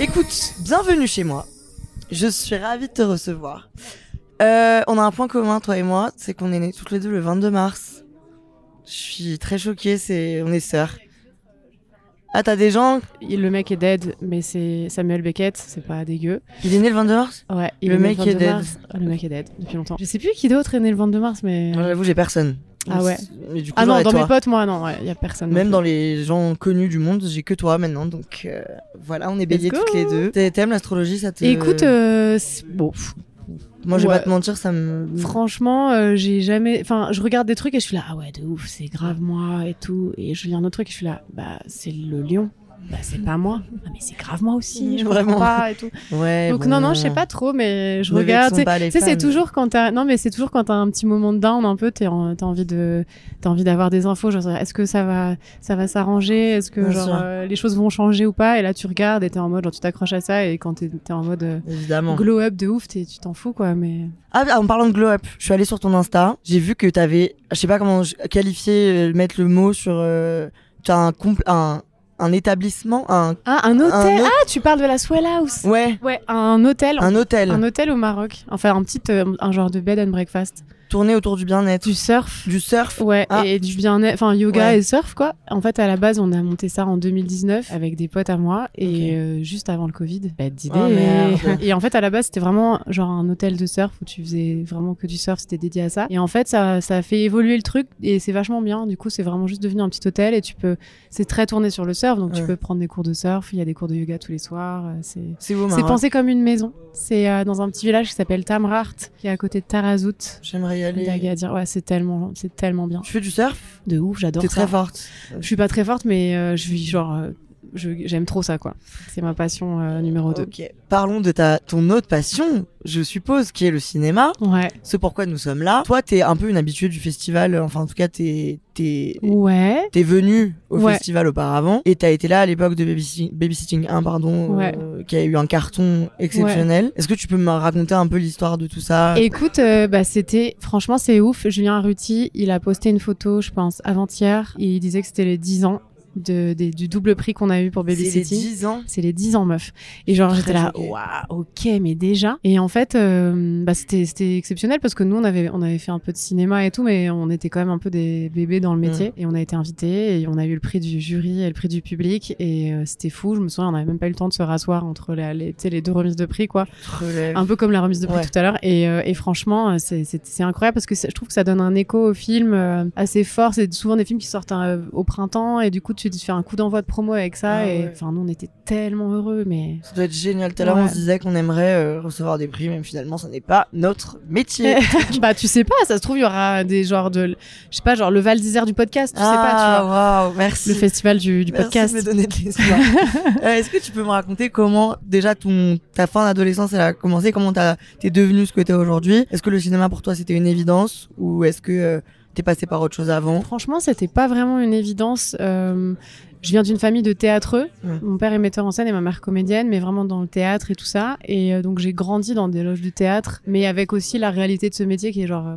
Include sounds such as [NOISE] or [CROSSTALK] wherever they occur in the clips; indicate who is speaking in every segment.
Speaker 1: Écoute, bienvenue chez moi. Je suis ravie de te recevoir. Euh, on a un point commun, toi et moi, c'est qu'on est nés toutes les deux le 22 mars. Je suis très choquée, c'est on est sœurs. Ah, t'as des gens
Speaker 2: Il- Le mec est dead, mais c'est Samuel Beckett, c'est pas dégueu.
Speaker 1: Il est né le 22 mars
Speaker 2: Ouais, il
Speaker 1: Le
Speaker 2: est né
Speaker 1: mec
Speaker 2: le 22
Speaker 1: est dead.
Speaker 2: mars. Ah, le mec est dead depuis longtemps. Je sais plus qui d'autre est né le 22 mars, mais.
Speaker 1: Moi, J'avoue, j'ai personne.
Speaker 2: Ah ouais.
Speaker 1: Mais du coup,
Speaker 2: ah non,
Speaker 1: j'aurais
Speaker 2: dans
Speaker 1: toi.
Speaker 2: mes potes, moi, non, ouais, y a personne.
Speaker 1: Même dans les gens connus du monde, j'ai que toi maintenant. Donc euh, voilà, on est béliers
Speaker 2: go.
Speaker 1: toutes les deux. T'es- T'aimes l'astrologie, ça te.
Speaker 2: Écoute, euh, c'est- bon, pff,
Speaker 1: moi je vais
Speaker 2: ouais.
Speaker 1: pas te mentir, ça me.
Speaker 2: franchement, euh, j'ai jamais. Enfin, je regarde des trucs et je suis là, ah ouais, de ouf, c'est grave moi et tout. Et je lis un autre truc et je suis là, bah, c'est le lion. Bah, c'est pas moi. Ah, mais c'est grave moi aussi, [LAUGHS] je
Speaker 1: Vraiment.
Speaker 2: comprends pas et tout.
Speaker 1: Ouais.
Speaker 2: Donc,
Speaker 1: bon.
Speaker 2: non, non, je sais pas trop, mais je
Speaker 1: Ne
Speaker 2: regarde.
Speaker 1: vexons
Speaker 2: tu sais,
Speaker 1: pas les
Speaker 2: Tu sais, c'est
Speaker 1: femmes.
Speaker 2: toujours quand t'as, non, mais c'est toujours quand t'as un petit moment de down un peu, t'es en- t'as envie de, t'as envie d'avoir des infos, genre, est-ce que ça va, ça va s'arranger, est-ce que,
Speaker 1: Bien
Speaker 2: genre,
Speaker 1: sûr.
Speaker 2: euh, les choses vont changer ou pas, et là, tu regardes et t'es en mode, genre, tu t'accroches à ça, et quand t'es, t'es en mode euh,
Speaker 1: Évidemment.
Speaker 2: glow up de ouf, t'es- tu t'en fous, quoi, mais.
Speaker 1: Ah, en parlant de glow up, je suis allée sur ton Insta, j'ai vu que t'avais, je sais pas comment je- qualifier, euh, mettre le mot sur, euh, t'as un, compl- un, un établissement, un,
Speaker 2: Ah, un hôtel!
Speaker 1: un hôte-
Speaker 2: Ah, tu parles de la Swell House!
Speaker 1: ouais,
Speaker 2: Ouais, un hôtel.
Speaker 1: un hôtel,
Speaker 2: Un hôtel au Maroc. Enfin, un petit, euh, un genre de bed and breakfast.
Speaker 1: tourné autour du bien-être,
Speaker 2: Tu surf.
Speaker 1: du surf.
Speaker 2: Ouais,
Speaker 1: Ah.
Speaker 2: et du bien-être, enfin yoga
Speaker 1: Ouais.
Speaker 2: et surf quoi. En fait, à la base, on a monté ça en 2019 avec des potes à moi et
Speaker 1: Ok.
Speaker 2: euh, juste avant le Covid. Bête d'idée.
Speaker 1: Oh, merde. [LAUGHS]
Speaker 2: et en fait, à la base, c'était vraiment genre un hôtel de surf où tu faisais vraiment que du surf, c'était dédié à ça. Et en fait, ça, ça a fait évoluer le truc et c'est vachement bien. Du coup, c'est vraiment juste devenu un petit hôtel et tu peux, c'est très tourné sur le surf, donc tu
Speaker 1: Ouais. Oh,
Speaker 2: peux prendre des cours de surf. Il y a des cours de yoga tous les soirs. euh, C'est
Speaker 1: C'est beau,
Speaker 2: c'est
Speaker 1: Maroc.
Speaker 2: pensé comme une maison. C'est euh, dans un petit village qui s'appelle Tamrart, qui est à côté de Tarazout.
Speaker 1: J'aimerais y aller.
Speaker 2: d'Agadir. Ouais, c'est tellement, c'est tellement bien.
Speaker 1: Tu fais du surf?
Speaker 2: De ouf, j'adore
Speaker 1: T'es
Speaker 2: ça.
Speaker 1: très forte.
Speaker 2: Je suis pas très forte, mais euh, je suis genre. euh, je- J'aime trop ça, quoi. C'est ma passion euh, numéro 2.
Speaker 1: Ok. Parlons de ta, ton autre passion, je suppose, qui est le cinéma.
Speaker 2: Ouais.
Speaker 1: C'est pourquoi nous sommes là. Toi, t'es un peu une habituée du festival, enfin, en tout cas, t'es, t'es,
Speaker 2: Ouais.
Speaker 1: T'es venu au
Speaker 2: Ouais.
Speaker 1: festival auparavant et t'as été là à l'époque de Babysitting, Babysitting 1, pardon, euh,
Speaker 2: Ouais.
Speaker 1: qui a eu un carton exceptionnel. Est-ce que tu peux me raconter un peu l'histoire de tout ça
Speaker 2: Écoute, euh, bah, c'était. Franchement, c'est ouf. Julien Arruti, il a posté une photo, je pense, avant-hier. et Il disait que c'était les 10 ans de, des- du double prix qu'on a eu pour
Speaker 1: C'est les
Speaker 2: Babysitting.
Speaker 1: 10 ans.
Speaker 2: C'est les 10 ans, meuf. Et genre,
Speaker 1: Très
Speaker 2: j'étais là,
Speaker 1: choquée.
Speaker 2: waouh, ok, mais déjà. Et en fait, euh, bah, c'était c'était exceptionnel parce que nous, on avait, on avait fait un peu de cinéma et tout, mais on était quand même un peu des bébés dans le métier. Et on a été invités et on a eu le prix du jury et le prix du public. Et euh, c'était fou. Je me souviens, on n'avait même pas eu le temps de se rasseoir entre la- les, tu sais, les deux remises de prix, quoi.
Speaker 1: Relève.
Speaker 2: Un peu comme la remise de prix
Speaker 1: Ouais.
Speaker 2: tout à l'heure. Et, euh, et franchement, euh, c'est- c'est c'est incroyable parce que c'est- je trouve que ça donne un écho au film euh, assez fort. C'est souvent des films qui sortent euh, au printemps et du coup, tu te fais un coup d'envoi de promo avec ça.
Speaker 1: Ah
Speaker 2: et
Speaker 1: ouais.
Speaker 2: enfin, nous, on était tellement heureux, mais. [LAUGHS]
Speaker 1: Ça doit être génial. Tout à l'heure,
Speaker 2: Ouais.
Speaker 1: on se disait qu'on aimerait euh, recevoir des prix, même finalement, ça n'est pas notre
Speaker 2: [LAUGHS]
Speaker 1: métier.
Speaker 2: bah, tu sais pas, ça se trouve, il y aura des genres de. Je sais pas, genre le Val d'Isère du podcast, tu sais pas, tu vois.
Speaker 1: Ah, waouh, merci.
Speaker 2: Le festival du, du
Speaker 1: Merci
Speaker 2: podcast.
Speaker 1: de me donner de l'espoir.
Speaker 2: [LAUGHS]
Speaker 1: Euh, Est-ce que tu peux me raconter comment déjà ton ta fin d'adolescence elle a commencé, comment t'as- t'es devenu ce que t'es aujourd'hui Est-ce que le cinéma pour toi c'était une évidence ou est-ce que euh, t'es passé par autre chose avant
Speaker 2: Franchement, c'était pas vraiment une évidence. Euh, je viens d'une famille de théâtreux.
Speaker 1: Ouais.
Speaker 2: Mon père est metteur en scène et ma mère comédienne, mais vraiment dans le théâtre et tout ça. Et euh, donc j'ai grandi dans des loges de théâtre, mais avec aussi la réalité de ce métier qui est genre euh,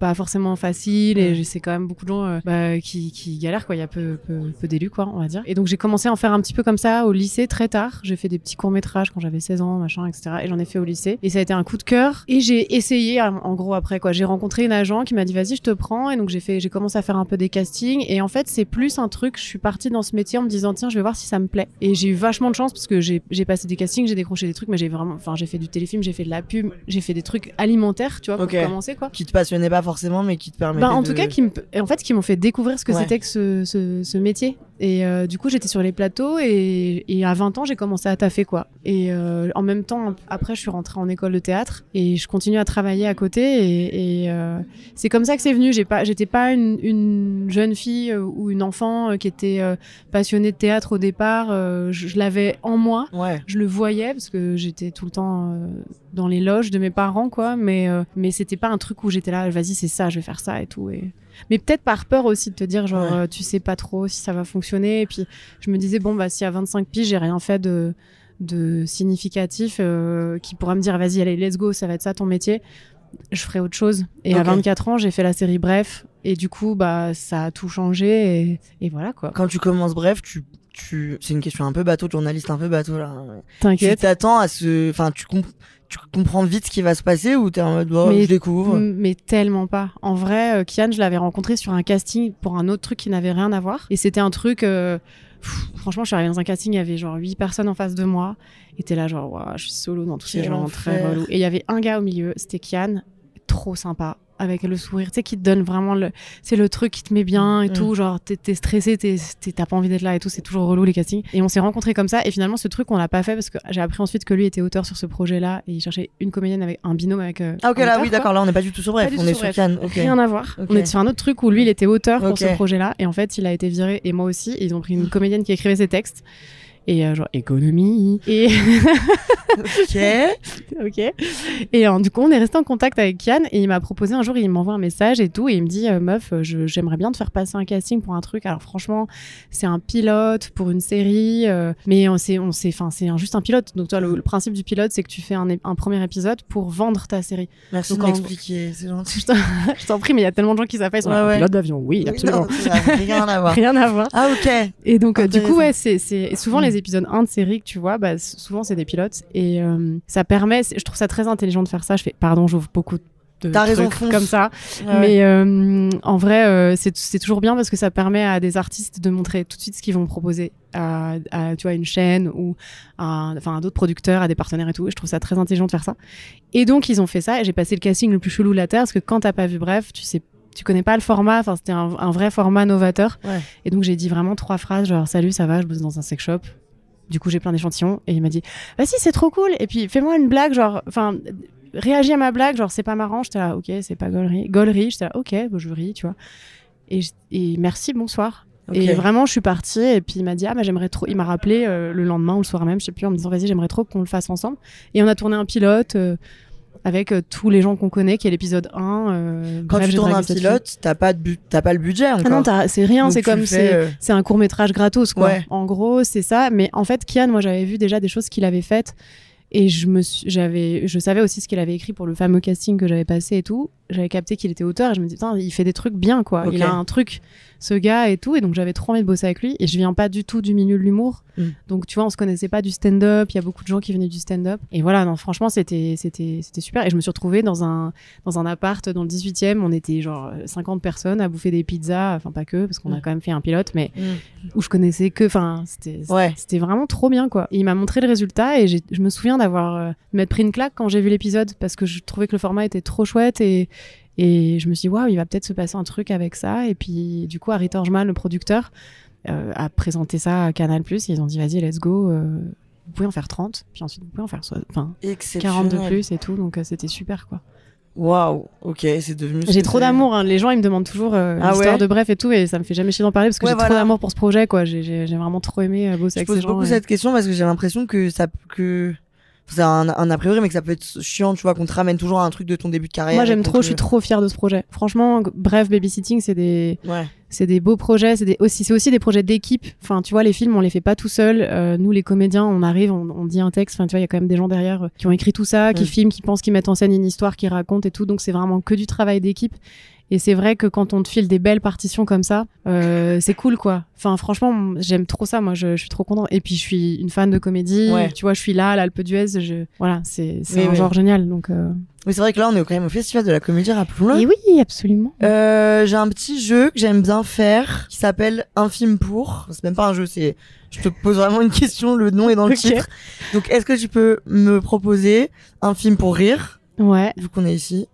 Speaker 2: pas forcément facile et je sais quand même beaucoup de gens euh, bah, qui, qui galèrent quoi. Il y a peu, peu, peu d'élus quoi, on va dire. Et donc j'ai commencé à en faire un petit peu comme ça au lycée très tard. J'ai fait des petits courts métrages quand j'avais 16 ans, machin, etc. Et j'en ai fait au lycée et ça a été un coup de cœur. Et j'ai essayé en en gros après quoi. J'ai rencontré une agent qui m'a dit vas-y je te prends et donc j'ai fait j'ai commencé à faire un peu des castings et en fait c'est plus un truc. Je suis partie dans ce métier en me disant tiens je vais voir si ça me plaît. Et j'ai eu vachement de chance parce que j'ai j'ai passé des castings, j'ai décroché des trucs, mais j'ai vraiment enfin j'ai fait du téléfilm, j'ai fait de la pub, j'ai fait des trucs alimentaires, tu vois pour
Speaker 1: Ok.
Speaker 2: commencer quoi.
Speaker 1: Qui te passionnait pas forcément, mais qui te permettait.
Speaker 2: Bah, en
Speaker 1: de-
Speaker 2: tout cas, qui me, et en fait, qui m'ont fait découvrir ce que
Speaker 1: Ouais.
Speaker 2: c'était que ce, ce- ce métier. Et euh, du coup, j'étais sur les plateaux et, et à 20 ans, j'ai commencé à taffer quoi. Et euh, en même temps, après, je suis rentrée en école de théâtre et je continue à travailler à côté. Et, et, euh, c'est comme ça que c'est venu. J'ai pas, j'étais pas une, une jeune fille euh, ou une enfant euh, qui était euh, passionnée de théâtre au départ. Euh, je- je l'avais en moi
Speaker 1: Ouais.
Speaker 2: je le voyais parce que j'étais tout le temps euh, dans les loges de mes parents quoi mais euh, mais c'était pas un truc où j'étais là vas-y c'est ça je vais faire ça et tout et mais peut-être par peur aussi de te dire genre
Speaker 1: Ouais.
Speaker 2: euh, tu sais pas trop si ça va fonctionner et puis je me disais bon bah si à 25 piges j'ai rien fait de de significatif euh, qui pourra me dire vas-y allez let's go ça va être ça ton métier je ferai autre chose et à
Speaker 1: Ok.
Speaker 2: 24 ans j'ai fait la série bref et du coup bah ça a tout changé et, et voilà quoi
Speaker 1: Quand tu commences, bref, tu. Tu... C'est une question un peu bateau, de journaliste un peu bateau là. Tu
Speaker 2: t'inquiète
Speaker 1: t'attends à ce. Enfin, tu, comp- tu comprends vite ce qui va se passer ou t'es en mode, oh,
Speaker 2: Mais- Mm.
Speaker 1: je découvre.
Speaker 2: M- Mais tellement pas. En vrai, euh, Kian, je l'avais rencontré sur un casting pour un autre truc qui n'avait rien à voir. Et c'était un truc. euh, pff, franchement, je suis arrivée dans un casting, il y avait genre 8 personnes en face de moi. Et t'es là, genre, Ouah, je suis solo dans tous ces
Speaker 1: Quel
Speaker 2: gens très
Speaker 1: enfer.
Speaker 2: relous. Et il y avait un gars au milieu, c'était Kian, trop sympa. Avec le sourire, tu sais, qui te donne vraiment le. C'est le truc qui te met bien et
Speaker 1: Mm.
Speaker 2: tout. Genre, t'es t'es stressé, t'es- t'es- t'as pas envie d'être là et tout. C'est toujours relou les castings. Et on s'est rencontrés comme ça. Et finalement, ce truc, on l'a pas fait parce que j'ai appris ensuite que lui était auteur sur ce projet-là. Et il cherchait une comédienne avec un binôme avec. euh,
Speaker 1: Ah, ok,
Speaker 2: un
Speaker 1: là,
Speaker 2: auteur,
Speaker 1: oui,
Speaker 2: quoi.
Speaker 1: d'accord, là, on n'est pas du tout sur bref,
Speaker 2: Pas du
Speaker 1: on
Speaker 2: tout
Speaker 1: est sur
Speaker 2: sur Bref.
Speaker 1: Cannes. Ok.
Speaker 2: Rien à voir.
Speaker 1: Ok.
Speaker 2: On est sur un autre truc où lui, il était auteur pour
Speaker 1: Ok.
Speaker 2: ce projet-là. Et en fait, il a été viré, et moi aussi. Et ils ont pris une comédienne qui écrivait ses textes. Et euh, genre, économie. Et,
Speaker 1: Ok.
Speaker 2: [LAUGHS] ok. et euh, du coup, on est resté en contact avec Kian. Et il m'a proposé un jour, il m'envoie un message et tout. Et il me dit, euh, meuf, euh, je- j'aimerais bien te faire passer un casting pour un truc. Alors, franchement, c'est un pilote pour une série. euh, mais on sait, on sait, enfin, c'est un- juste un pilote. Donc, toi, le, le principe du pilote, c'est que tu fais un, é- un premier épisode pour vendre ta série. [LAUGHS]
Speaker 1: Merci
Speaker 2: Donc,
Speaker 1: de
Speaker 2: en-
Speaker 1: m'expliquer, c'est gentil.
Speaker 2: Je t'en- je t'en prie, mais il y a tellement de gens qui savent pas. Ils sont
Speaker 1: Ouais,
Speaker 2: là,
Speaker 1: ouais.
Speaker 2: pilote d'avion, oui,
Speaker 1: Oui,
Speaker 2: absolument.
Speaker 1: non, ça n'a rien à
Speaker 2: [LAUGHS]
Speaker 1: voir.
Speaker 2: Rien à voir.
Speaker 1: Ah, ok.
Speaker 2: Et donc, euh, du coup,
Speaker 1: Intéressant.
Speaker 2: ouais, c'est, c'est et souvent
Speaker 1: Mm.
Speaker 2: les épisodes 1 de série que tu vois, bah, s- souvent c'est des pilotes. Et euh, ça permet, c'est- je trouve ça très intelligent de faire ça. Je fais, pardon, j'ouvre beaucoup de
Speaker 1: T'as raison,
Speaker 2: trucs
Speaker 1: fonce.
Speaker 2: comme ça.
Speaker 1: Ouais, ouais.
Speaker 2: Mais euh, en vrai, euh, c'est, c'est toujours bien parce que ça permet à des artistes de montrer tout de suite ce qu'ils vont proposer à, à, tu vois, une chaîne ou à, un- enfin, à d'autres producteurs, à des partenaires et tout. Et je trouve ça très intelligent de faire ça. Et donc, ils ont fait ça et j'ai passé le casting le plus chelou de la Terre parce que quand t'as pas vu Bref, tu sais tu connais pas le format, enfin c'était un, un vrai format novateur.
Speaker 1: Ouais.
Speaker 2: Et donc j'ai dit vraiment trois phrases genre salut ça va, je bosse dans un sex shop. Du coup j'ai plein d'échantillons et il m'a dit bah si c'est trop cool et puis fais-moi une blague genre enfin réagis à ma blague genre c'est pas marrant j'étais là ok c'est pas gaulerie gaulerie j'étais là ok bon, je ris tu vois et, je- et merci bonsoir
Speaker 1: Ok.
Speaker 2: et vraiment je suis partie et puis il m'a dit ah bah j'aimerais trop il m'a rappelé euh, le lendemain ou le soir même je sais plus en me disant vas-y j'aimerais trop qu'on le fasse ensemble et on a tourné un pilote euh, avec euh, tous les gens qu'on connaît qui est l'épisode 1 euh,
Speaker 1: Quand
Speaker 2: Bref,
Speaker 1: tu
Speaker 2: j'ai
Speaker 1: tournes
Speaker 2: dragué
Speaker 1: un
Speaker 2: cette fille.
Speaker 1: pilote, t'as pas, de bu- t'as pas le budget encore.
Speaker 2: Ah non, t'as- c'est rien,
Speaker 1: Donc
Speaker 2: c'est
Speaker 1: tu le
Speaker 2: comme
Speaker 1: fais,
Speaker 2: c'est
Speaker 1: euh,
Speaker 2: c'est un court métrage gratos quoi.
Speaker 1: Ouais.
Speaker 2: En gros, c'est ça. Mais en fait, Kian, moi j'avais vu déjà des choses qu'il avait faites et je me suis- j'avais je savais aussi ce qu'il avait écrit pour le fameux casting que j'avais passé et tout. J'avais capté qu'il était auteur et je me dis putain, il fait des trucs bien quoi.
Speaker 1: Ok.
Speaker 2: Il a un truc ce gars et tout et donc j'avais trop envie de bosser avec lui et je viens pas du tout du milieu de l'humour.
Speaker 1: Mm.
Speaker 2: Donc tu vois, on se connaissait pas du stand-up, il y a beaucoup de gens qui venaient du stand-up et voilà, non franchement, c'était c'était c'était super et je me suis retrouvée dans un dans un appart dans le 18e, on était genre 50 personnes à bouffer des pizzas, enfin pas que parce qu'on a
Speaker 1: Mm.
Speaker 2: quand même fait un pilote mais
Speaker 1: Mm.
Speaker 2: où je connaissais que enfin c'était
Speaker 1: Ouais.
Speaker 2: c'était vraiment trop bien quoi. Et il m'a montré le résultat et j'ai- je me souviens d'avoir euh, de m'être pris une claque quand j'ai vu l'épisode parce que je trouvais que le format était trop chouette et et je me suis dit waouh, il va peut-être se passer un truc avec ça et puis du coup Harry Torgman le producteur euh, a présenté ça à Canal+, et ils ont dit vas-y, let's go euh, vous pouvez en faire 30 puis ensuite vous pouvez en faire so- enfin
Speaker 1: Exceptionnel.
Speaker 2: 40 de plus et tout donc euh, c'était super quoi.
Speaker 1: Waouh, ok, c'est devenu. ce
Speaker 2: J'ai
Speaker 1: que
Speaker 2: trop
Speaker 1: c'est.
Speaker 2: d'amour, hein. les gens ils me demandent toujours euh,
Speaker 1: Ah
Speaker 2: l'histoire
Speaker 1: ouais
Speaker 2: de bref et tout, et ça me fait jamais chier d'en parler parce que
Speaker 1: Ouais,
Speaker 2: j'ai trop
Speaker 1: voilà.
Speaker 2: d'amour pour ce projet, quoi. J'ai j'ai- j'ai vraiment trop aimé euh, bosser
Speaker 1: Je
Speaker 2: avec
Speaker 1: pose
Speaker 2: ces gens.
Speaker 1: beaucoup
Speaker 2: ouais.
Speaker 1: cette question parce que j'ai l'impression que ça que c'est un, un a priori, mais que ça peut être chiant, tu vois, qu'on te ramène toujours à un truc de ton début de carrière.
Speaker 2: Moi,
Speaker 1: et
Speaker 2: j'aime
Speaker 1: qu'on
Speaker 2: trop,
Speaker 1: te-
Speaker 2: je suis trop fière de ce projet. Franchement, g- bref, babysitting, c'est des,
Speaker 1: Ouais.
Speaker 2: c'est des beaux projets, c'est des- aussi, c'est aussi des projets d'équipe. Enfin, tu vois, les films, on les fait pas tout seul. Euh, nous, les comédiens, on arrive, on, on dit un texte. Enfin, tu vois, il y a quand même des gens derrière euh, qui ont écrit tout ça, qui
Speaker 1: Ouais.
Speaker 2: filment, qui pensent, qui mettent en scène une histoire, qui racontent et tout. Donc, c'est vraiment que du travail d'équipe. Et c'est vrai que quand on te file des belles partitions comme ça, euh, [LAUGHS] c'est cool, quoi. Enfin, franchement, m- j'aime trop ça. Moi, je, je suis trop contente. Et puis, je suis une fan de comédie.
Speaker 1: Ouais.
Speaker 2: Tu vois, je suis là, l'Alpe d'Huez. Je... Voilà, c'est c'est
Speaker 1: Oui,
Speaker 2: un
Speaker 1: oui.
Speaker 2: genre génial. Donc, euh,
Speaker 1: Mais c'est vrai que là, on est quand même au festival de la comédie, rappelons-le.
Speaker 2: Et oui, absolument.
Speaker 1: Euh, j'ai un petit jeu que j'aime bien faire qui s'appelle Un film pour. C'est même pas un jeu, c'est. Je te pose vraiment une question, le nom est dans le
Speaker 2: Ok.
Speaker 1: titre. Donc, est-ce que tu peux me proposer un film pour rire,
Speaker 2: Ouais.
Speaker 1: vu qu'on est ici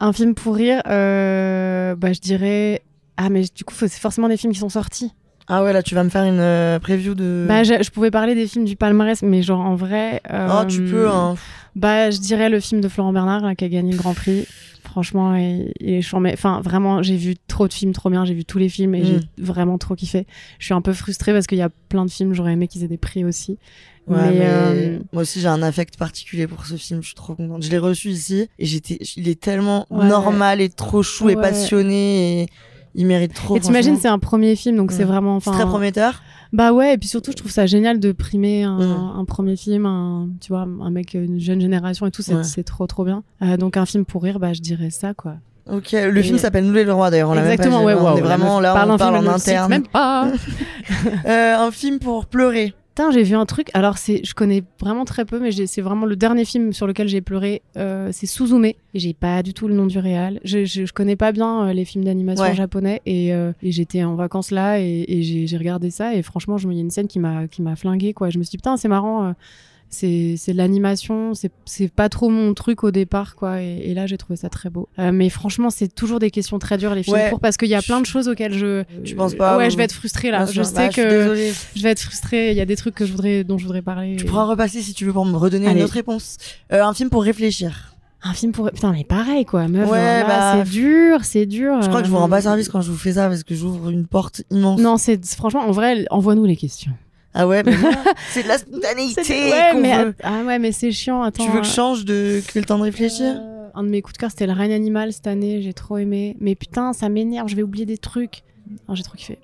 Speaker 2: Un film pour rire, euh, bah, je dirais. Ah, mais du coup, faut- c'est forcément des films qui sont sortis.
Speaker 1: Ah ouais, là, tu vas me faire une euh, preview de.
Speaker 2: Bah, je, je pouvais parler des films du palmarès, mais genre en vrai. euh,
Speaker 1: oh, tu peux, hein.
Speaker 2: Bah, je dirais le film de Florent Bernard là, qui a gagné le Grand Prix. Franchement, il, il est chiant. Mais enfin, vraiment, j'ai vu trop de films, trop bien. J'ai vu tous les films et
Speaker 1: Mm.
Speaker 2: j'ai vraiment trop kiffé. Je suis un peu frustrée parce qu'il y a plein de films, j'aurais aimé qu'ils aient des prix aussi.
Speaker 1: Ouais,
Speaker 2: mais.
Speaker 1: mais
Speaker 2: euh,
Speaker 1: Moi aussi, j'ai un affect particulier pour ce film. Je suis trop contente. Je l'ai reçu ici et j'étais. Il est tellement
Speaker 2: Ouais.
Speaker 1: normal et trop chou et
Speaker 2: Ouais.
Speaker 1: passionné et il mérite trop.
Speaker 2: Et t'imagines,
Speaker 1: franchement.
Speaker 2: c'est un premier film, donc
Speaker 1: Mm.
Speaker 2: c'est vraiment.
Speaker 1: c'est
Speaker 2: enfin,
Speaker 1: très prometteur.
Speaker 2: Bah ouais, et puis surtout, je trouve ça génial de primer un,
Speaker 1: Mm.
Speaker 2: un premier film, un, tu vois, un mec, une jeune génération et tout, c'est
Speaker 1: Ouais.
Speaker 2: c'est trop trop bien. Euh, donc un film pour rire, bah je dirais ça quoi.
Speaker 1: Ok, le film s'appelle Nous les Leroy d'ailleurs. on l'a même pas
Speaker 2: Exactement,
Speaker 1: dit,
Speaker 2: ouais,
Speaker 1: on
Speaker 2: waouh,
Speaker 1: est
Speaker 2: la
Speaker 1: vraiment
Speaker 2: meuf
Speaker 1: là, on
Speaker 2: un
Speaker 1: parle
Speaker 2: film, elle
Speaker 1: en
Speaker 2: ne le cite
Speaker 1: interne.
Speaker 2: Même pas.
Speaker 1: Euh, un film pour pleurer.
Speaker 2: Putain, j'ai vu un truc, alors c'est, je connais vraiment très peu, mais j'ai- c'est vraiment le dernier film sur lequel j'ai pleuré, euh, c'est Suzume. Et J'ai pas du tout le nom du réal. Je, je, je connais pas bien euh, les films d'animation
Speaker 1: Ouais.
Speaker 2: japonais et, euh, et j'étais en vacances là et, et j'ai j'ai regardé ça et franchement, je me- il y a une scène qui m'a qui m'a flingué quoi. Je me suis dit putain, c'est marrant. euh, c'est c'est de l'animation, c'est- c'est pas trop mon truc au départ, quoi. Et, et là, j'ai trouvé ça très beau. Euh, mais franchement, c'est toujours des questions très dures, les films
Speaker 1: Ouais.
Speaker 2: pour, parce qu'il y a plein de choses auxquelles je.
Speaker 1: Tu penses pas,
Speaker 2: Ouais,
Speaker 1: ou-
Speaker 2: je vais être frustrée là.
Speaker 1: Bien
Speaker 2: Je
Speaker 1: sûr.
Speaker 2: sais
Speaker 1: Bah, suis
Speaker 2: que
Speaker 1: désolée.
Speaker 2: je vais être frustrée. Il y a des trucs que je voudrais, dont je voudrais parler.
Speaker 1: Tu
Speaker 2: Et-
Speaker 1: pourras repasser si tu veux pour me redonner une
Speaker 2: Allez.
Speaker 1: autre réponse. Euh, un film pour réfléchir.
Speaker 2: Un film pour. Putain, mais pareil, quoi. Meuf,
Speaker 1: Ouais,
Speaker 2: alors là,
Speaker 1: bah,
Speaker 2: c'est dur, c'est dur.
Speaker 1: Je crois que je vous rends
Speaker 2: Euh,
Speaker 1: pas service quand je vous fais ça parce que j'ouvre une porte immense.
Speaker 2: Non, c'est franchement, en vrai, envoie-nous les questions.
Speaker 1: Ah ouais,
Speaker 2: [LAUGHS]
Speaker 1: mais moi, c'est de la spontanéité.
Speaker 2: ouais,
Speaker 1: qu'on
Speaker 2: mais
Speaker 1: veut.
Speaker 2: att- ah ouais, mais c'est chiant. Attends.
Speaker 1: Tu veux
Speaker 2: hein.
Speaker 1: que je change de que t'aies le temps de réfléchir
Speaker 2: Euh, Un de mes coups de cœur, c'était le règne animal cette année. J'ai trop aimé. Mais putain, ça m'énerve. Je vais oublier des trucs. Ah, j'ai trop kiffé.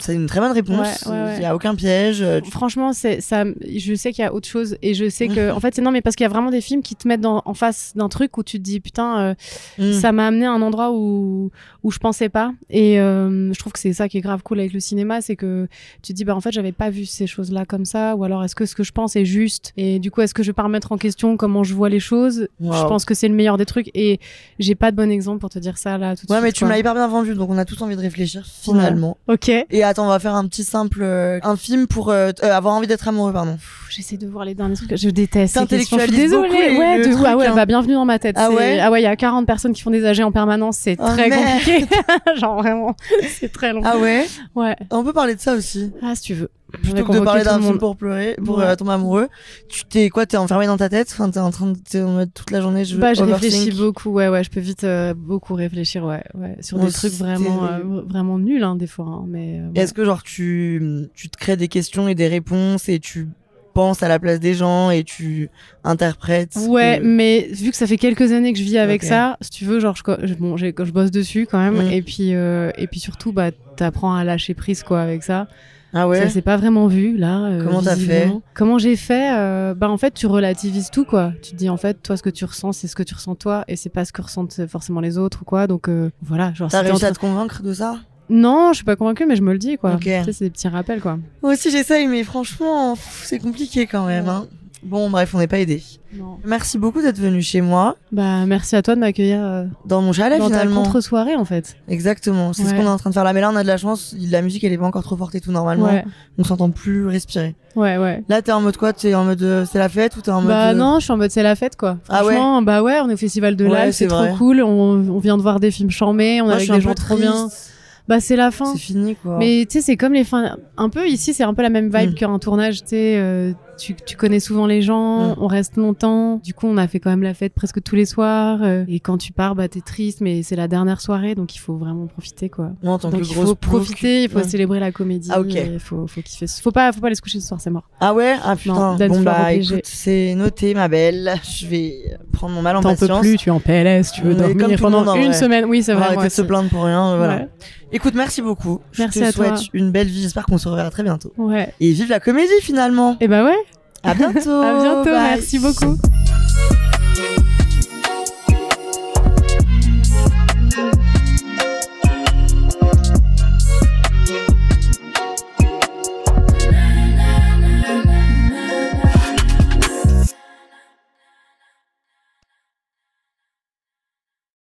Speaker 1: C'est une très bonne réponse.
Speaker 2: Ouais, ouais, ouais.
Speaker 1: Il y a aucun piège. euh, tu-
Speaker 2: Franchement, c'est ça. Je sais qu'il y a autre chose et je
Speaker 1: [LAUGHS]
Speaker 2: sais que en fait, c'est non, mais parce qu'il y a vraiment des films qui te mettent dans- en face d'un truc où tu te dis putain, euh,
Speaker 1: Mm.
Speaker 2: ça m'a amené à un endroit où où je pensais pas et euh, je trouve que c'est ça qui est grave cool avec le cinéma c'est que tu te dis bah en fait j'avais pas vu ces choses là comme ça ou alors est-ce que ce que je pense est juste et du coup est-ce que je vais pas remettre en question comment je vois les choses je
Speaker 1: Wow.
Speaker 2: pense que c'est le meilleur des trucs et j'ai pas de bon exemple pour te dire ça là tout de
Speaker 1: Ouais,
Speaker 2: suite
Speaker 1: mais tu
Speaker 2: quoi.
Speaker 1: me l'as hyper bien vendu, donc on a tous envie de réfléchir finalement.
Speaker 2: ok
Speaker 1: Et attends, on va faire un petit simple, euh, un film pour euh, t- euh, avoir envie d'être amoureux, pardon.
Speaker 2: Pff, j'essaie de voir les derniers trucs je déteste ces questions. je suis
Speaker 1: T'intellectualises
Speaker 2: désolée
Speaker 1: beaucoup les-
Speaker 2: ouais
Speaker 1: le
Speaker 2: de-
Speaker 1: truc,
Speaker 2: ah ouais
Speaker 1: hein.
Speaker 2: bah bienvenue dans ma tête
Speaker 1: Ah
Speaker 2: C'est-
Speaker 1: ouais
Speaker 2: ah ouais il y a 40 personnes qui font des AG en permanence c'est
Speaker 1: Oh,
Speaker 2: très
Speaker 1: merde.
Speaker 2: compliqué [LAUGHS] genre vraiment [LAUGHS] c'est très long
Speaker 1: Ah ouais
Speaker 2: ouais
Speaker 1: On peut parler de ça aussi.
Speaker 2: ah si tu veux Je vais
Speaker 1: Plutôt que de
Speaker 2: convoquer
Speaker 1: parler
Speaker 2: tout
Speaker 1: d'un
Speaker 2: le
Speaker 1: film
Speaker 2: monde.
Speaker 1: pour pleurer, pour
Speaker 2: Ouais.
Speaker 1: euh, tomber amoureux. Tu t'es quoi T'es enfermé dans ta tête Enfin, t'es en train de t'es en mode toute la journée. Je
Speaker 2: bah, je
Speaker 1: overthink.
Speaker 2: réfléchis beaucoup, ouais, ouais, je peux vite euh, beaucoup réfléchir, ouais, ouais, sur
Speaker 1: Moi
Speaker 2: des
Speaker 1: aussi,
Speaker 2: trucs
Speaker 1: Oh, c'est
Speaker 2: vraiment, euh,
Speaker 1: terrible.
Speaker 2: vraiment nuls, hein, des fois, hein, mais. euh,
Speaker 1: Et Est-ce que genre tu tu te crées des questions et des réponses et tu penses à la place des gens et tu interprètes
Speaker 2: bon. Ouais,
Speaker 1: euh,
Speaker 2: mais vu que ça fait quelques années que je vis avec
Speaker 1: Ok.
Speaker 2: ça, si tu veux, genre, je, co- je- bon, j'ai- je bosse dessus quand même,
Speaker 1: Mm.
Speaker 2: et puis, euh, et puis surtout, bah, t'apprends à lâcher prise, quoi, avec ça.
Speaker 1: Ah ouais.
Speaker 2: Ça s'est pas vraiment vu, là. euh,
Speaker 1: Comment t'as
Speaker 2: visiblement. Comment j'ai fait euh, Bah, en fait, tu relativises tout, quoi. Tu te dis, en fait, toi, ce que tu ressens, c'est ce que tu ressens toi, et c'est pas ce que ressentent forcément les autres, ou quoi. Donc, euh, voilà, genre,
Speaker 1: T'as
Speaker 2: si t'es en
Speaker 1: réussi à
Speaker 2: train-
Speaker 1: te convaincre de ça
Speaker 2: Non, je suis pas convaincue, mais je me le dis, quoi.
Speaker 1: Ok.
Speaker 2: Tu sais, c'est des petits rappels, quoi.
Speaker 1: Moi aussi j'essaye, mais franchement pff, c'est compliqué quand même. Hein. Bon bref, on n'est pas aidé. Merci beaucoup d'être venu chez moi,
Speaker 2: Bah, merci à toi de m'accueillir euh,
Speaker 1: dans mon chalet
Speaker 2: dans ta
Speaker 1: finalement.
Speaker 2: contre-soirée, en fait. Exactement,
Speaker 1: C'est ce qu'on est en train de faire là, mais là on a de la chance. La musique elle est pas encore trop forte et tout normalement.
Speaker 2: Ouais,
Speaker 1: On s'entend plus respirer.
Speaker 2: ouais, ouais.
Speaker 1: Là t'es en mode quoi T'es en mode euh, c'est la fête ou t'es en mode
Speaker 2: Bah
Speaker 1: euh,
Speaker 2: non, je suis en mode c'est la fête quoi.
Speaker 1: Ah ouais.
Speaker 2: Franchement, bah ouais, on est au festival de
Speaker 1: Ouais,
Speaker 2: l'Alpe,
Speaker 1: c'est
Speaker 2: c'est trop
Speaker 1: vrai.
Speaker 2: cool. On, on vient de voir des films charmés, on est
Speaker 1: Moi, je
Speaker 2: avec
Speaker 1: suis un
Speaker 2: des
Speaker 1: peu
Speaker 2: gens trop bien.
Speaker 1: triste.
Speaker 2: Bah c'est la fin.
Speaker 1: C'est fini quoi.
Speaker 2: Mais tu sais, c'est comme les fins. Un peu ici, c'est un peu la même vibe
Speaker 1: Mm.
Speaker 2: qu'un tournage. Tu sais, euh, tu, tu connais souvent les gens,
Speaker 1: Mm.
Speaker 2: on reste longtemps. Du coup, on a fait quand même la fête presque tous les soirs. euh, et quand tu pars, bah, t'es triste, mais c'est la dernière soirée, donc il faut vraiment profiter, quoi.
Speaker 1: Moi, en tant
Speaker 2: Donc
Speaker 1: que
Speaker 2: il
Speaker 1: grosse
Speaker 2: faut
Speaker 1: plouc.
Speaker 2: profiter, il faut
Speaker 1: Ouais.
Speaker 2: célébrer la comédie.
Speaker 1: Ah, ok.
Speaker 2: et faut, faut kiffer. Faut pas, faut pas aller se coucher ce soir, c'est mort.
Speaker 1: Ah ouais Ah putain.
Speaker 2: Non, Dance
Speaker 1: bon
Speaker 2: Floor
Speaker 1: bah
Speaker 2: obligé.
Speaker 1: écoute, c'est noté ma belle. [LAUGHS] Je vais prendre mon mal en
Speaker 2: T'en peux
Speaker 1: patience.
Speaker 2: plus, tu es en PLS, tu veux
Speaker 1: Mais comme tout
Speaker 2: dormir
Speaker 1: le
Speaker 2: pendant
Speaker 1: monde, en
Speaker 2: une
Speaker 1: vrai.
Speaker 2: semaine. Oui, c'est
Speaker 1: On va
Speaker 2: vrai.
Speaker 1: arrêter
Speaker 2: moi
Speaker 1: de se
Speaker 2: aussi.
Speaker 1: plaindre pour rien. Voilà.
Speaker 2: Ouais.
Speaker 1: Écoute, merci beaucoup.
Speaker 2: Merci
Speaker 1: je te
Speaker 2: à toi.
Speaker 1: souhaite une belle vie. J'espère qu'on se reverra très bientôt.
Speaker 2: Ouais.
Speaker 1: Et vive la comédie finalement.
Speaker 2: Et bah ouais. [LAUGHS]
Speaker 1: À bientôt.
Speaker 2: À bientôt.
Speaker 1: Bye.
Speaker 2: Merci beaucoup.